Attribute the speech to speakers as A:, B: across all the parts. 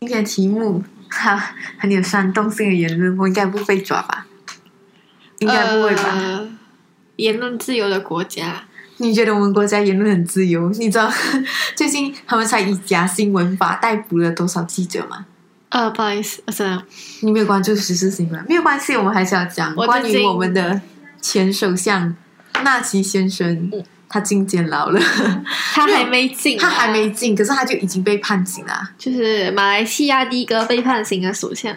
A: 今天的题目哈，很有煽动性的言论，我应该不被抓吧？应该不会吧？
B: 呃言论自由的国家，
A: 你觉得我们国家言论很自由？你知道 最近他们才以假新闻法逮捕了多少记者吗？
B: 呃，不好意思，我真的
A: 你没有关注时事新闻，没有关系，我们还是要讲
B: 我
A: 关
B: 最
A: 于
B: 近
A: 我们的前首相纳奇先生
B: 嗯，
A: 他进监牢 了，
B: 他还没进啊，
A: 他还没进，可是他就已经被判刑了。
B: 就是马来西亚第一个被判刑的首相，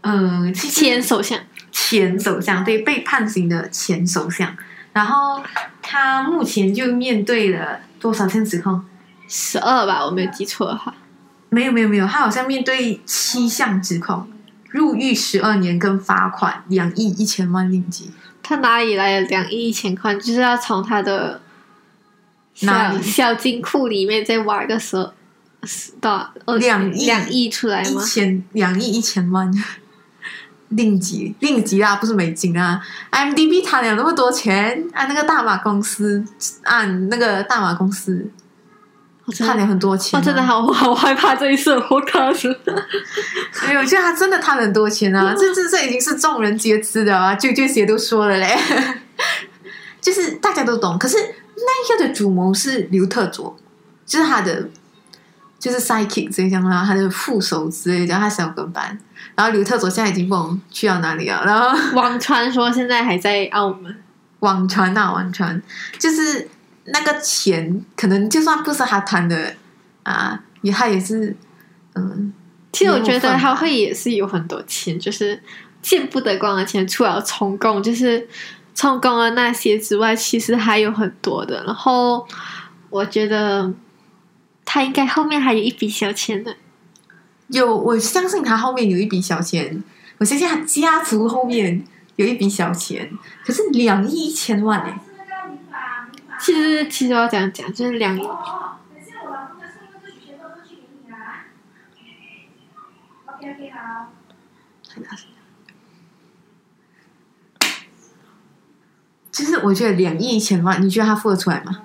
A: 嗯，其实
B: 前首相，
A: 前首相，对被判刑的前首相，然后他目前就面对了多少项指控？
B: 十二吧，我没有记错的话，
A: 没有没有没有，他好像面对七项指控，入狱十二年跟罚款两亿一千万令吉。
B: 他哪里来的两亿一千块？就是要从他的
A: 哪
B: 小
A: 里
B: 小金库里面再挖个十十到二
A: 两亿
B: 两亿出来
A: 一
B: 吗？
A: 千两亿一千万 令吉，令吉啊，不是美金啊。IMDB 贪了那么多钱，啊，那个大马公司，啊，那个大马公司
B: 我真
A: 贪
B: 的，
A: 了很多钱、
B: 我
A: 啊，
B: 真的好好害怕这一次的 podcast。
A: 没有，就他真的贪很多钱啊！这这这已经是众人皆知的啊，九九鞋都说了嘞， 就是大家都懂。可是那一个的主谋是刘特佐，就是他的就是 sidekick 这样啦，他的副手之类的，他小跟班。然后刘特佐现在已经不懂去到哪里了，然后
B: 网传说现在还在澳门，
A: 网传啊网传，就是那个钱可能就算不是他贪的啊，也他也是嗯。
B: 其实我觉
A: 有份
B: 得
A: 吧
B: 他会也是有很多钱，就是见不得光的钱，除了充公，就是充公的那些之外，其实还有很多的。然后我觉得他应该后面还有一笔小钱的。
A: 有，我相信他后面有一笔小钱，我相信他家族后面有一笔小钱，可是两亿一千万哎、
B: 其实，其实我要这样讲，就是两
A: 就是我觉得两亿一千万，你觉得他付得出来吗？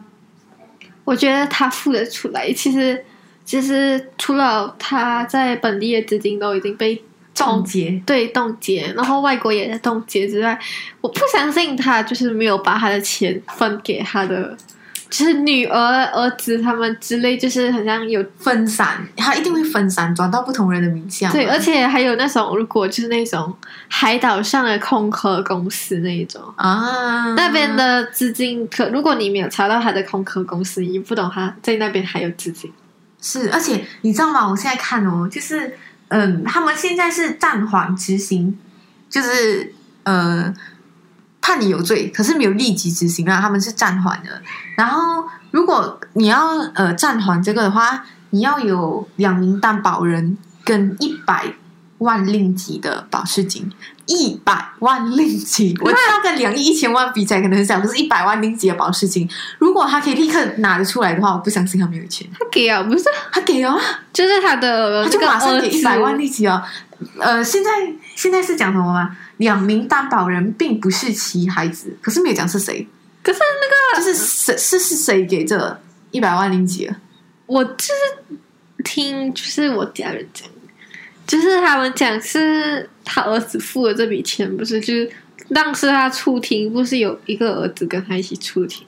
B: 我觉得他付得出来。其实，其实除了他在本地的资金都已经被
A: 冻结，
B: 对冻结，然后外国也在冻结之外，我不相信他就是没有把他的钱分给他的，就是女儿、儿子他们之类，就是好像有
A: 分散，他一定会分散转到不同人的名下嘛。
B: 对，而且还有那种如果就是那种海岛上的空壳公司那一种。
A: 啊，
B: 那边的资金可，如果你没有查到他的空壳公司，你不懂他在那边还有资金。
A: 是，而且你知道吗？我现在看哦，就是嗯，他们现在是暂缓执行，就是呃判你有罪，可是没有立即执行啊，他们是暂缓的。然后如果你要呃暂缓这个的话，你要有两名担保人跟一百万令吉的保释金。一百万令吉，我知道跟两亿一千万比起来可能很小，可是一百万令吉的保释金，如果他可以立刻拿得出来的话，我不相信他没有钱。
B: 他给啊，不是，
A: 他给哦，
B: 就是他的
A: 他
B: 那
A: 就
B: 个
A: 啊马上
B: 儿
A: 给
B: 子
A: 一百万利息哦。呃，现在现在是讲什么吗？两名担保人并不是其孩子，可是没有讲是谁，
B: 可是那个
A: 就是谁是是谁给这一百万零几了？
B: 我就是听，就是我家人讲，就是他们讲是他儿子付了这笔钱，不是就是当时他出庭，不是有一个儿子跟他一起出庭，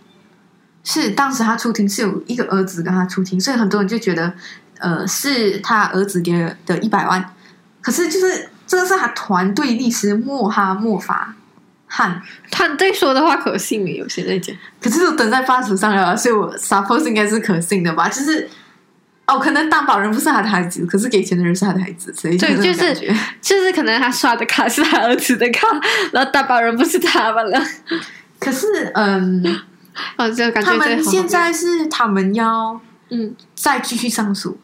A: 是当时他出庭是有一个儿子跟他出庭，所以很多人就觉得，呃，是他儿子给了的一百万，可是就是这个是他团队律师莫哈莫法汉
B: 团队说的话可信没有？现在讲，
A: 可是都登在发图上了，所以我 suppose 应该是可信的吧？就是哦，可能担保人不是他的孩子，可是给钱的人是他的孩子，所以
B: 对
A: 这种感觉
B: 就是可能他刷的卡是他儿子的卡，然后担保人不是他们了，
A: 可是嗯，
B: 我就感
A: 他
B: 觉这
A: 们
B: 很好
A: 现在是他们要
B: 嗯，
A: 再继续上诉，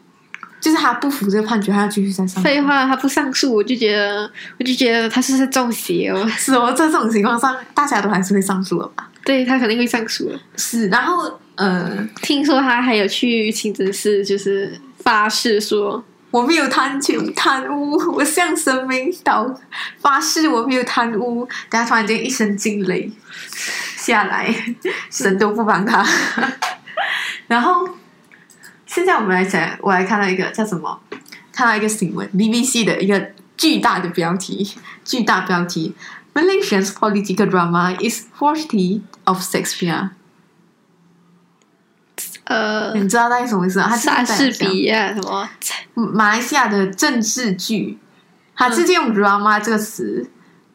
A: 就是他不服这个判决，他要继续再上诉。
B: 废话，他不上诉，我就觉得，我就觉得他是不是中邪哦？
A: 是哦，在这种情况上，大家都还是会上诉的吧？
B: 对他肯定会上诉的。
A: 是，然后呃，
B: 听说他还有去清真寺，就是发誓说
A: 我没有贪钱贪污，我向神明祷发誓我没有贪污。等下突然间一声惊雷下来， 神都不帮他。 然后现在我们来讲，我来看到一个叫什么？看到一个新闻，BBC 的一个巨大的标题，巨大标题：Malaysia's political drama is forty of Shakespeare。
B: 呃，
A: 你知道那是什么意思吗？它就是
B: 莎
A: 在
B: 士
A: 讲
B: 比亚什 么？
A: 马来西亚的政治剧，它直接用 drama 这个词，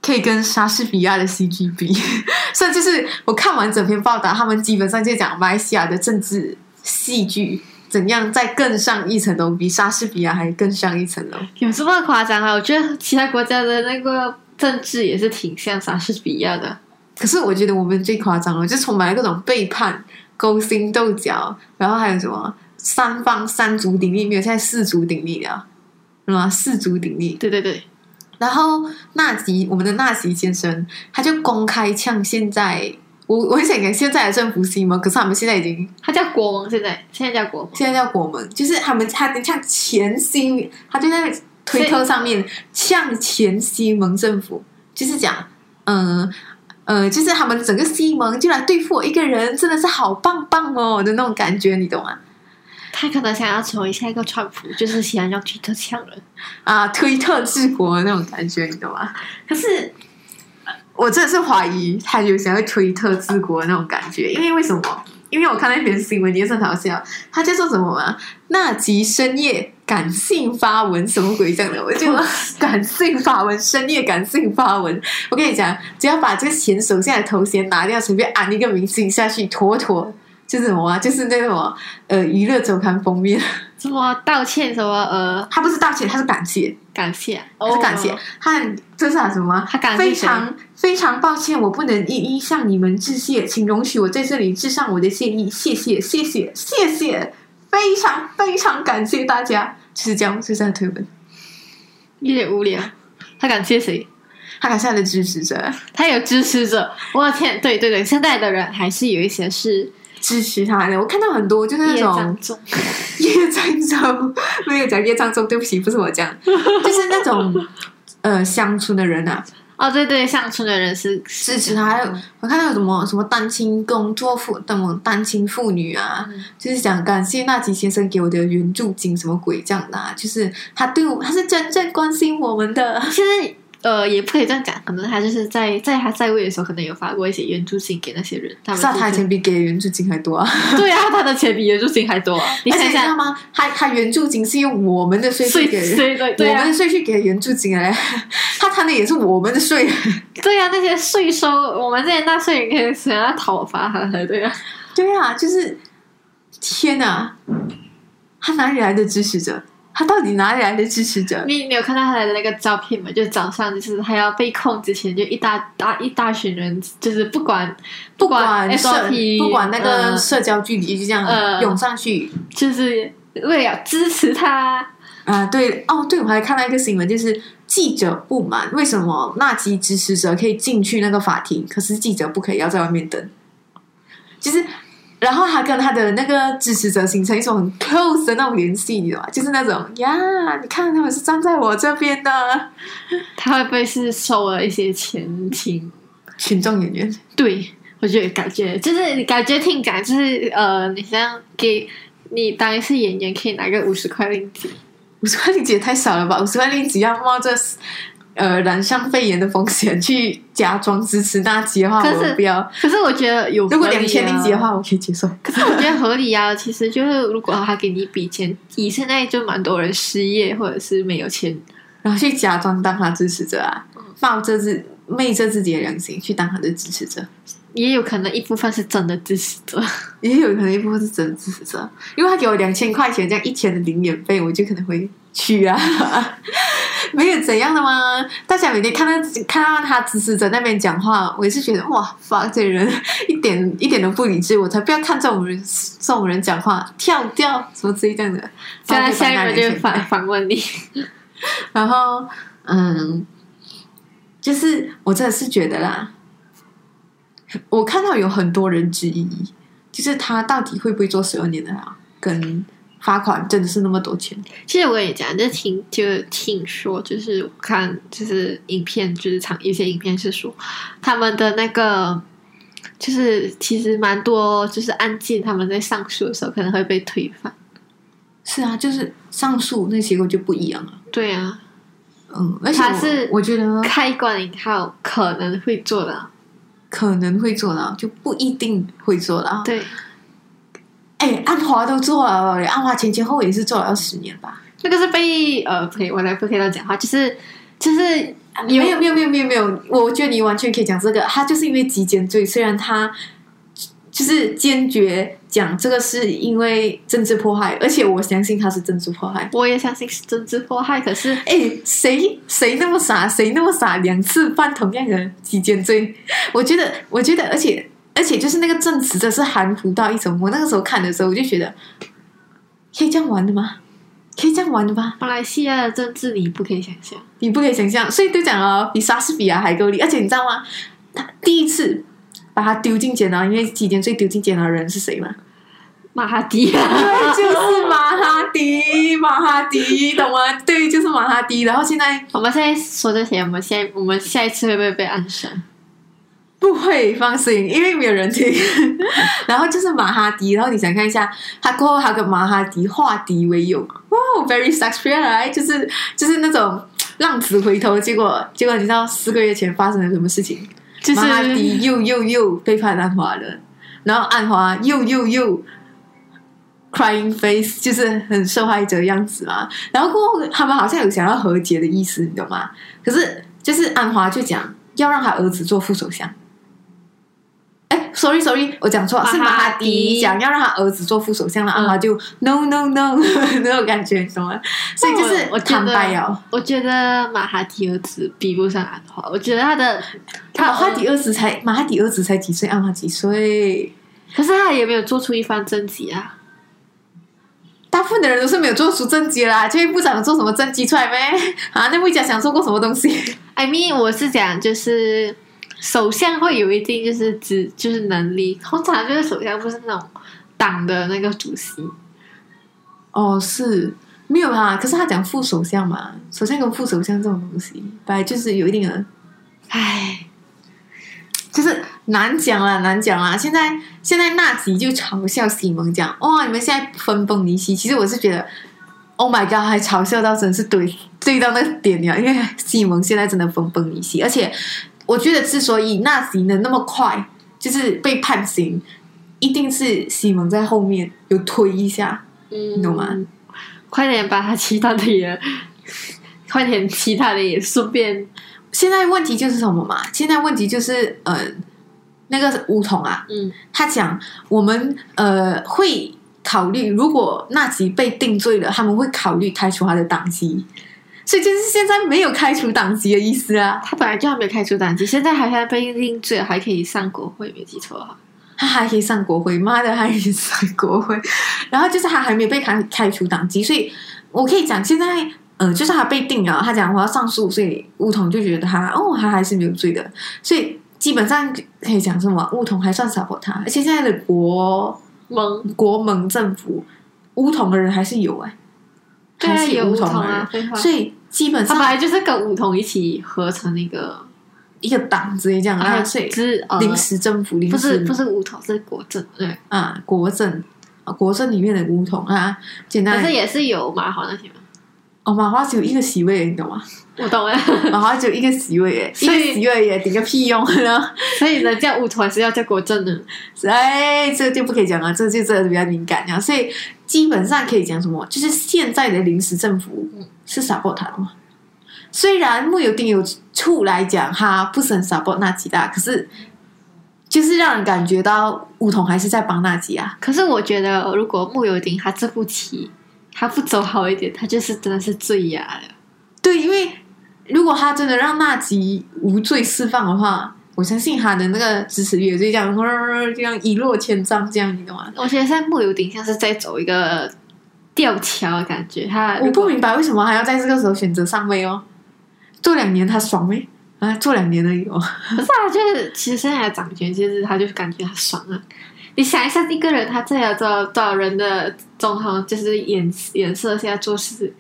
A: 可以跟莎士比亚的戏剧比。 所以就是我看完整篇报道，他们基本上就讲马来西亚的政治戏剧怎样再更上一层楼，比莎士比亚还更上一层楼。
B: 有这么夸张啊？我觉得其他国家的那个政治也是挺像莎士比亚的。
A: 可是我觉得我们最夸张了，就充满了各种背叛、勾心斗角，然后还有什么三方三足鼎立，没有现在四足鼎立了，是吗？四足鼎立。
B: 对对对，
A: 然后纳吉，我们的纳吉先生，他就公开呛现在，我我很想给现在的政府洗吗？可是他们现在已经
B: 他叫国王，现在现在叫国王。
A: 现在叫国门，就是他们他像前西，他就在推特上面向前西盟政府，就是讲，嗯呃就是他们整个西盟就来对付我一个人，真的是好棒棒哦的那种感觉，你懂吗？
B: 他可能想要成为下一个川普，就是喜欢用推特呛人。
A: 啊，推特治国的那种感觉，你懂吗？可是我真的是怀疑他有想要推特治国的那种感觉，因为为什么？因为我看到一篇新闻也是很好笑，他在做什么嘛？纳吉深夜感性发文，什么鬼这样的？我就感性发文，深夜感性发文。我跟你讲，只要把这个前首相的头衔拿掉，随便安一个明星下去，妥妥就是什么啊？就是那种啊呃娱乐周刊封面。
B: 什么道歉什么呃
A: 他不是道歉，他是感谢。
B: 感谢，
A: 还是感谢
B: 哦，
A: 他很这是啊什么？
B: 他感谢
A: 非
B: 谁
A: 常非常抱歉，我不能一一向你们致谢，请容许我在这里致上我的谢意，谢谢谢谢谢谢，非常非常感谢大家，就是这样，就这样推文，
B: 有点无聊。他感谢谁？
A: 他感谢他的支持者，
B: 他有支持者。我的天，对对对，现在的人还是有一些是
A: 支持他的，我看到很多就是那
B: 业障
A: 种
B: 重。
A: 业障中，没有讲业障中，对不起，不是我讲，就是那种呃乡村的人啊，
B: 哦，对对，乡村的人是
A: 支持他。还
B: 嗯
A: 有我看到有什么什么单亲工作妇那种单亲妇女啊，
B: 嗯
A: 就是想感谢纳吉先生给我的援助金什么鬼这样的、啊，就是他对我他是真正关心我们的。
B: 现在呃，也不可以这样讲，可能他就是在在他在位的时候，可能有发过一些援助金给那些人。他
A: 不
B: 们
A: 知道啊他以
B: 就是
A: 前比给的援助金还多啊！
B: 对啊，他的钱比援助金还多。啊你
A: 而且你
B: 想一
A: 知道
B: 下，
A: 吗？他他援助金是用我们的税去
B: 税
A: 给的，
B: 对对对
A: 我们
B: 啊
A: 的，税去给的援助金 嘞，他贪的也是我们的税。
B: 对啊，那些税收，我们这些纳税人可以想要讨伐他的，对啊。
A: 对啊，就是天哪，他哪里来的支持者？他到底哪里来的支持者？
B: 你你有看到他的那个照片吗？就早上就是他要被控之前，就一大大一大群人，就是不管不
A: 不管哎啊社
B: SOP，
A: 不管那个
B: 呃
A: 社交距离，就这样
B: 呃
A: 涌上去。
B: 就是为了支持他，
A: 啊，对哦，对，我还看到一个新闻，就是记者不满为什么纳吉支持者可以进去那个法庭，可是记者不可以，要在外面等。就是，然后他跟他的那个支持者形成一种很 close 的那种联系，你知道吗？就是那种呀，你看他们是站在我这边的
B: 他会不会是收了一些钱请
A: 群众演员。
B: 对，我觉得感觉就是你感觉听讲就是呃，你像给你当一次演员可以拿个五十块令吉，
A: 五十块令吉也太少了吧？五十块令吉要冒着呃染上肺炎的风险去假装支持纳吉的话，
B: 可是
A: 我不要。
B: 可是我觉得有、啊
A: 如果两千令吉的，话，我可以接受。
B: 可是我觉得合理啊。其实就是如果他给你一笔钱，以现在就蛮多人失业或者是没有钱，
A: 然后去假装当他支持者啊，冒着自昧着自己的良心去当他的支持者，
B: 也有可能一部分是真的支持者。
A: 也有可能一部分是真的支持者。因为他给我两千块钱这样一天的零元费，我就可能会去啊。 没有怎样的嘛，大家每天看到看到他支持者那边讲话，我也是觉得哇，fuck 这人一点一点都不理智，我才不要看这种人这种人讲话，跳掉什么之类这样的。
B: 现在啊下一
A: 然后
B: 个
A: 可以把那2000块
B: 就反反问你，
A: 然后，嗯，就是我真的是觉得啦，我看到有很多人质疑，就是他到底会不会做十二年的牢，跟罚款真的是那么多钱？
B: 其实我也讲，就听就听说，就是我看就是影片，就是长有些影片是说他们的那个，就是其实蛮多就是案件，他们在上诉的时候可能会被推翻，
A: 是啊，就是上诉那结果就不一样了。
B: 对啊，
A: 嗯，而且我
B: 他是
A: 我觉得
B: 开关引号可能会做的，
A: 可能会做到，就不一定会做到。
B: 对，
A: 哎，安华都做了，安华前前后后也是做了二十年吧？
B: 那个是被呃，不可以，我来不可以乱讲话，就是就是
A: 啊没有没有没有没有没有，我觉得你完全可以讲这个，他就是因为极简罪，虽然他就是坚决讲这个是因为政治迫害，而且我相信他是政治迫害。
B: 我也相信是政治迫害，可是
A: 哎，谁谁那么傻？谁那么傻？两次犯同样的极简罪？我觉得，我觉得，而且而且就是那个证词真是含糊到一种，我那个时候看的时候我就觉得，可以这样玩的吗？可以这样玩的吗？
B: 马来西亚的政治你不可以想象。
A: 你不可以想象，所以就讲哦，比莎士比亚还够力。而且你知道吗？他第一次把他丢进监牢，因为期间最丢进监牢的人是谁吗？
B: 马哈迪
A: 对，
B: 啊，
A: 就是马哈迪，马哈迪，懂吗？对，就是马哈迪。然后现在
B: 我们现在说这些，我们现在我们下一次会不会被暗杀？
A: 不会放心，因为没有人听。然后就是马哈迪，然后你想看一下，他过后还跟马哈迪化敌为友，哇、v e r y Shakespeare，right？就是就是那种浪子回头。结果结果你知道四个月前发生了什么事情？
B: 就是
A: 马哈迪又又又背叛安华了，然后安华又又又 crying face，就是很受害者的样子嘛。然后过后他们好像有想要和解的意思，你懂吗？可是就是安华就讲要让他儿子做副首相。哎，sorry sorry，我讲错了，是马
B: 马哈
A: 哈迪
B: 迪嗯
A: 讲要让他儿子做副首相了，安华就 no no no 那种感觉，你懂吗？所以就是
B: 但我我觉
A: 坦
B: 得
A: 白哦了，
B: 我觉得马哈迪儿子比不上安华，我觉得他的他嗯
A: 马哈迪儿子才马哈迪儿子才几岁，安华几岁？
B: 可是他也没有做出一番政绩啊。
A: 大部分的人都是没有做出政绩啦，教育部长有做什么政绩出来没？啊，那魏家享受过什么东西？
B: I mean，我是讲就是首相会有一定就是资就是能力，通常就是首相不是那种党的那个主席，
A: 哦，是没有啊。可是他讲副首相嘛，首相跟副首相这种东西，本来就是有一定的，
B: 唉，
A: 就是难讲啦，难讲啦。现在现在纳吉就嘲笑西蒙讲，哇、你们现在分崩离析。其实我是觉得，Oh my god，还嘲笑到真是对对到那个点了，因为西蒙现在真的分崩离析，而且我觉得之所以纳吉能那么快就是被判刑，一定是西蒙在后面有推一下。
B: 嗯，
A: 你懂吗？
B: 快点把他其他的也， 快点其他的也顺便，
A: 现在问题就是什么嘛？现在问题就是，嗯、那个梧桐啊，
B: 嗯
A: 他讲我们呃会考虑，如果纳吉被定罪了，他们会考虑开除他的党籍，所以就是现在没有开除党籍的意思啊，
B: 他本来就还没开除党籍，现在好像被定罪了，还可以上国会，没记错啊的话。
A: 他还可以上国会，妈的，他还可以上国会，然后就是他还没有被开开除党籍，所以我可以讲现在。呃，就是他被定了，他讲我要上诉，所以梧桐就觉得他哦，他还是没有罪的，所以基本上可以讲什么，梧桐还算 support 他，而且现在的国
B: 蒙
A: 国盟政府，乌统的人还是有哎、
B: 对
A: 还
B: 啊，
A: 是
B: 有
A: 乌
B: 梧
A: 统
B: 桐
A: 的人，
B: 啊，废话。
A: 所以基本
B: 他本
A: 上
B: 来就是跟梧桐一起合成那个，
A: 一个党直接这样
B: 还
A: 啊，
B: 有
A: 所以
B: 是呃，
A: 临时政府，临
B: 不
A: 时
B: 是不是梧桐，是国政对，
A: 啊，国政啊，国政里面的乌统啊，简
B: 可
A: 单
B: 是也是有麻黄那些嘛，
A: 哦，马华只有一个席位，你懂吗？
B: 我懂 了。
A: 马华只有一个席位，哎，一
B: 所以
A: 个席位也顶个屁用呢！
B: 所以呢，叫梧桐还是要叫国政呢？
A: 哎，这就不可以讲了，这就这比较敏感啊，所以基本上可以讲什么，就是现在的临时政府是 support 他的嘛。虽然木有丁有处来讲，他不是很 support 纳吉拉，可是就是让人感觉到梧桐还是在帮纳吉啊。
B: 可是我觉得，如果木有丁他这步棋他不走好一点，他就是真的是坠崖了。
A: 对，因为如果他真的让纳吉无罪释放的话，我相信他的那个支持率也就这样，这样一落千丈，这样你懂吗？
B: 我觉得现在木有丁像是在走一个吊桥的感觉，他
A: 我
B: 如
A: 不
B: 果
A: 明白为什么还要在这个时候选择上位哦。做两年他爽没？啊，做两年而已哦。
B: 可是啊，就是其实现在的掌权，其实他就感觉他爽啊。你想一下，一个人他在了多少多少人的总统，就是眼眼色下做事，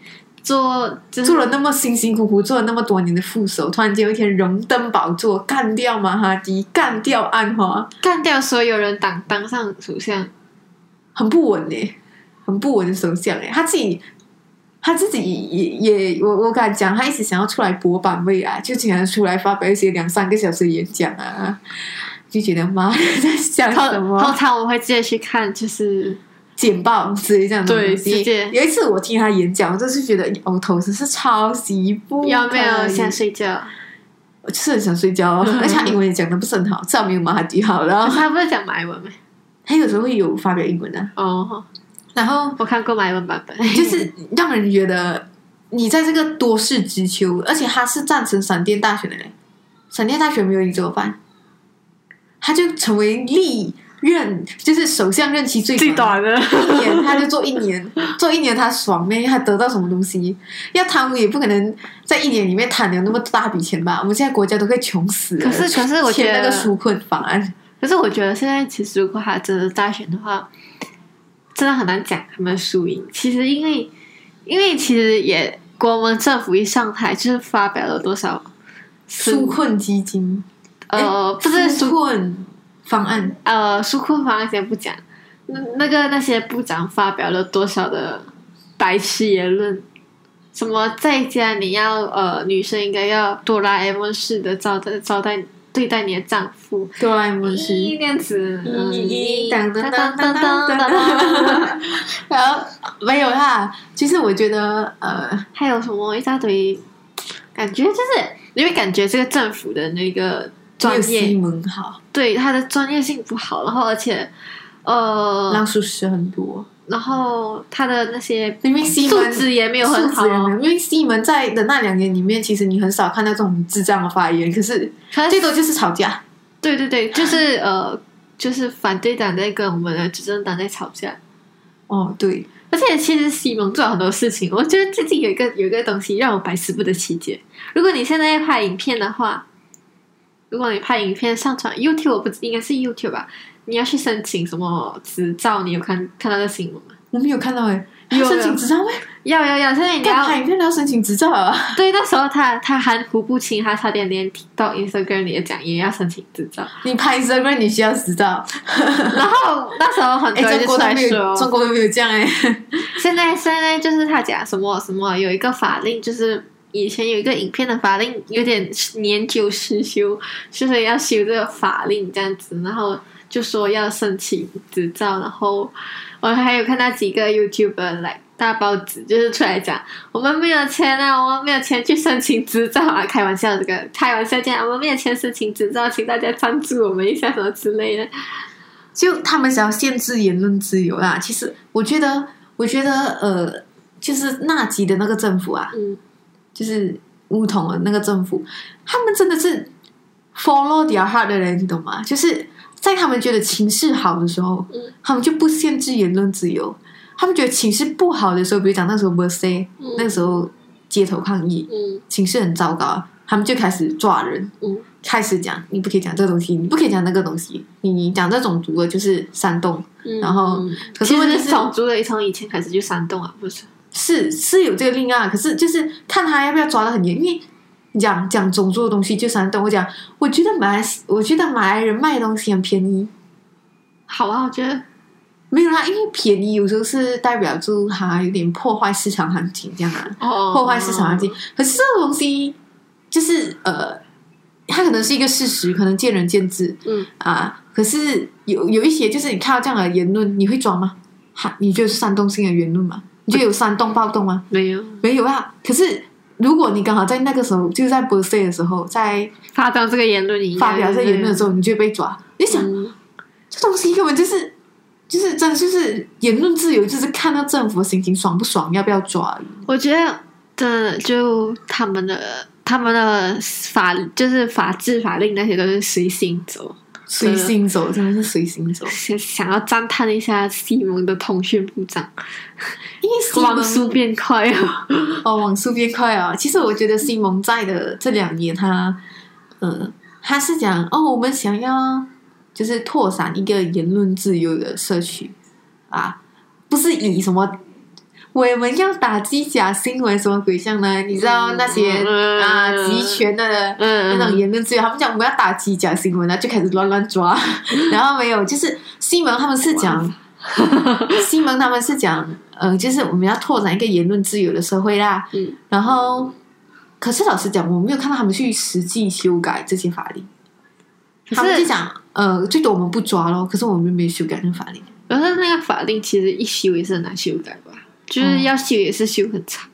B: 做就是
A: 做了那么辛辛苦苦做了那么多年的副手，突然间有一天荣登宝座，干掉马哈迪，干掉安华，
B: 干掉所有人，党当上首相，
A: 很不稳呢、很不稳的首相哎，他自己他自己也也我我敢讲，他一直想要出来博版位啊，就经常出来发表一些两三个小时的演讲啊，就觉得妈 在想什
B: 通通
A: 么
B: 常我会直接去看，就是
A: 简报之类这样的
B: 对
A: 东西
B: 直接
A: 有一次我听他演讲，我真是觉得我头真是抄袭不
B: 有没有
A: 可以
B: 想睡觉？
A: 我就是很想睡觉、哦，
B: 嗯
A: 而且他英文也讲的不是很好，至少没有马哈迪好。然
B: 可
A: 后
B: 是哦他不是讲马来文吗？
A: 他有时候会有发表英文啊，
B: 哦，
A: 然后
B: 我看过马来文版本，
A: 就是让人觉得你在这个多事之秋，而且他是赞成闪电大学的人，闪电大学没有你怎么办？他就成为历任就是首相任期最短的。
B: 的。
A: 一年他就做一年， 做一年他爽咩？他得到什么东西？要贪污也不可能在一年里面贪了那么大笔钱吧？我们现在国家都快穷死了。
B: 可是可是我觉
A: 签
B: 得
A: 那个纾困法案，
B: 可是我觉得现在其实如果他真的大选的话，真的很难讲他们输赢。其实因为因为其实也国民政府一上台就是发表了多少
A: 纾困基金，
B: 呃不是
A: 纾
B: 纾
A: 困方案，
B: 呃纾困方案先不讲，那那个那些部长发表了多少的白痴言论。什么在家你要呃女生应该要哆啦 A 梦式的招待招待对待你的丈夫，
A: 哆啦 A 梦是。
B: 一这样子，
A: 嗯咦噔噔噔噔噔 噔，然后没有啦。其实我觉得，呃，
B: 还有什么一大堆，感觉就是你会感觉这个政府的那个专
A: 没有西
B: 业，
A: 门好，
B: 对他的专业性不好，然后而且呃
A: 让，熟食很多，
B: 然后他的那些
A: 因为西
B: 素
A: 门
B: 质也没有很好
A: 素质也没
B: 哦，
A: 有因为西门在的那两年里面，其实你很少看到这种智障的发言，可是
B: 可
A: 最
B: 是
A: 多就是吵架。
B: 对对对，就是呃，就是反对党在跟我们的执政党在吵架。
A: 哦，对，
B: 而且其实西蒙做了很多事情，我觉得最近有一个有一个东西让我百思不得其解。如果你现在拍影片的话，如果你拍影片上传 YouTube，我不知应该是 YouTube 吧？你要去申请什么执照？你有看看到这新闻吗？
A: 我没有看到哎，
B: 有
A: 要申请执照吗？
B: 要要要！现在你
A: 干
B: 要
A: 拍影片都要申请执照啊？
B: 对那时候他他含糊不清，他差点连到 Instagram 里也讲也要申请执照。
A: 你拍 Instagram 你需要执照？
B: 然后那时候很
A: 哎，
B: 多人
A: 中国
B: 啊就出
A: 都
B: 来
A: 没有，中
B: 说，
A: 国都没有这样哎。
B: 现在现在就是他讲什么什么有一个法令就是。以前有一个影片的法令有点年久失修，就是要修这个法令这样子，然后就说要申请执照，然后我还有看到几个 YouTuber 来大报纸，就是出来讲我们没有钱啊，我们没有钱去申请执照啊，开玩笑这个开玩笑这样，我们没有钱申请执照，请大家赞助我们一下什么之类的。
A: 就他们想要限制言论自由啦。其实我觉得，我觉得呃，就是纳吉的那个政府啊，
B: 嗯，
A: 就是乌统的那个政府，他们真的是 follow their heart 的人，你懂吗？就是在他们觉得情势好的时候，
B: 嗯
A: 他们就不限制言论自由；他们觉得情势不好的时候，比如讲那时候 b i r t y
B: 嗯
A: 那时候街头抗议，
B: 嗯
A: 情势很糟糕，他们就开始抓人，
B: 嗯，
A: 开始讲你不可以讲这个东西，你不可以讲那个东西，你你讲这种族的就是煽动。
B: 嗯，
A: 然后
B: 嗯
A: 可是
B: 其
A: 问题
B: 实
A: 是
B: 种族的从以前开始就煽动啊，不是？
A: 是是有这个令啊，可是就是看他要不要抓得很严，因为你讲讲种族的东西就煽动。我讲，我觉得马来西，我觉得马来人卖的东西很便宜，
B: 好啊，我觉得
A: 没有啦，因为便宜有时候是代表住它有点破坏市场行情这样啊。
B: 哦
A: 破坏市场环境。可是这个东西就是呃，它可能是一个事实，可能见仁见智。
B: 嗯
A: 啊，可是有有一些就是你看到这样的言论，你会抓吗？哈，你觉得是煽动性的言论吗？你觉得有煽动暴动吗？
B: 没有
A: 没有啊。可是如果你刚好在那个时候，就是在 b i r t y 的时候，在
B: 发表这个言论，你应该
A: 发表这言论的时候，你就会被抓。你想，
B: 嗯
A: 这东西根本就是。就是真的，就是言论自由，就是看到政府的心情爽不爽，要不要抓而已。
B: 我觉得真的就他们的他们的法就是法制法令那些都是随心走。
A: 随
B: 啊
A: 心走，真的是随心走。
B: 想想要赞叹一下西蒙的通讯部长，
A: 因为西
B: 网
A: 蒙
B: 速变快啊了。
A: 哦，网速变快啊！其实我觉得西蒙在的这两年他，呃，他是讲哦，我们想要就是拓展一个言论自由的社区啊，不是以什么我们要打击假新闻什么鬼像呢？你知道那些、
B: 嗯
A: 啊集权的
B: 嗯，
A: 那种言论自由，他们讲我 们要打击假新闻啊，就开始乱乱抓，然后没有，就是西蒙他们是讲 西蒙他们是讲，呃，就是我们要拓展一个言论自由的社会啦。
B: 嗯，
A: 然后，可是老实讲，我没有看到他们去实际修改这些法令。
B: 可
A: 他们就是讲，呃，最多我们不抓咯，可是我们没有修改那个法令。
B: 可是那个法令其实一修也是很难修改吧，就是要修也是修很长。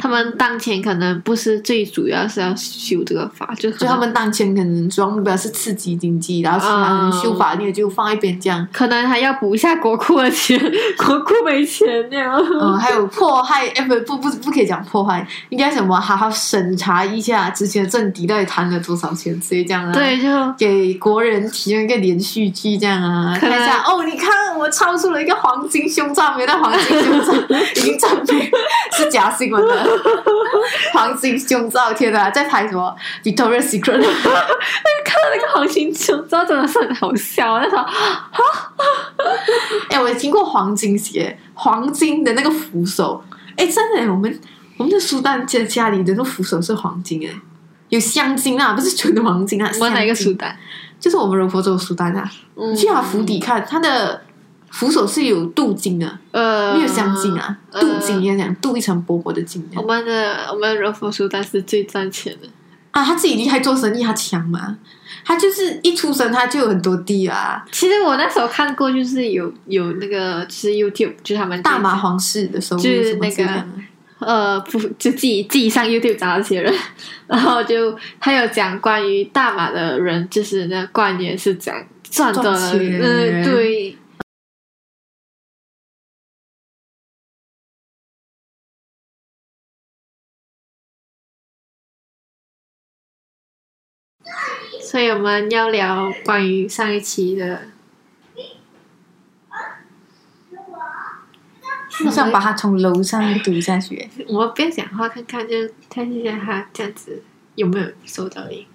B: 他们当前可能不是最主要是要修这个法，就可
A: 就
B: 能
A: 他们当前可能主要目标是刺激经济，然后其他
B: 啊
A: 人修法律就放一边这样。
B: 可能还要补一下国库的钱，国库没钱了。
A: 嗯，还有迫害，哎、不不不，不可以讲迫害，应该什么？好好审查一下之前的政敌到底贪了多少钱，所以这样啊。。
B: 对，就
A: 给国人提供一个连续剧，这样啊，
B: 可
A: 看
B: 能
A: 一下哦，你看我超出了一个黄金胸罩，没有戴黄金胸罩， 已经证明是假新闻了。 黄金胸罩，天哪，在拍什么 Victoria Secret？
B: 看到那个黄金胸罩真的是很好笑，那时候
A: 哎、我听过黄金鞋，黄金的那个扶手，哎、真的、我们我们的苏丹家家里的那扶手是黄金哎、有香精啊，不是纯的黄金啊，
B: 我们哪一个
A: 香精
B: 书单？
A: 就是我们柔佛州的苏丹啊，
B: 嗯
A: 你去它府邸看，它的扶手是有镀金的，
B: 呃
A: 没有镶金。啊，
B: 呃
A: 镀金也讲镀一层薄薄的金啊这
B: 我
A: 样
B: 们的我们柔佛书单是最赚钱的，
A: 啊。他自己厉害做生意，他强嘛，他就是一出生他就有很多地啊，
B: 其实我那时候看过，就是有有那个就是 YouTube，就是他们
A: 大麻皇室的收入
B: 就是
A: 什么
B: 那
A: 之类
B: 个
A: 的。
B: 呃，不就自己自己上 YouTube 找到这些人，然后就他有讲关于大马的人，就是那官员是讲赚的，
A: 赚钱
B: 嗯，对，所以我们要聊关于上一期的，
A: 我想把它从楼上堵下去。
B: 我们不要讲话看看，就看一下他这样子有没有收到音。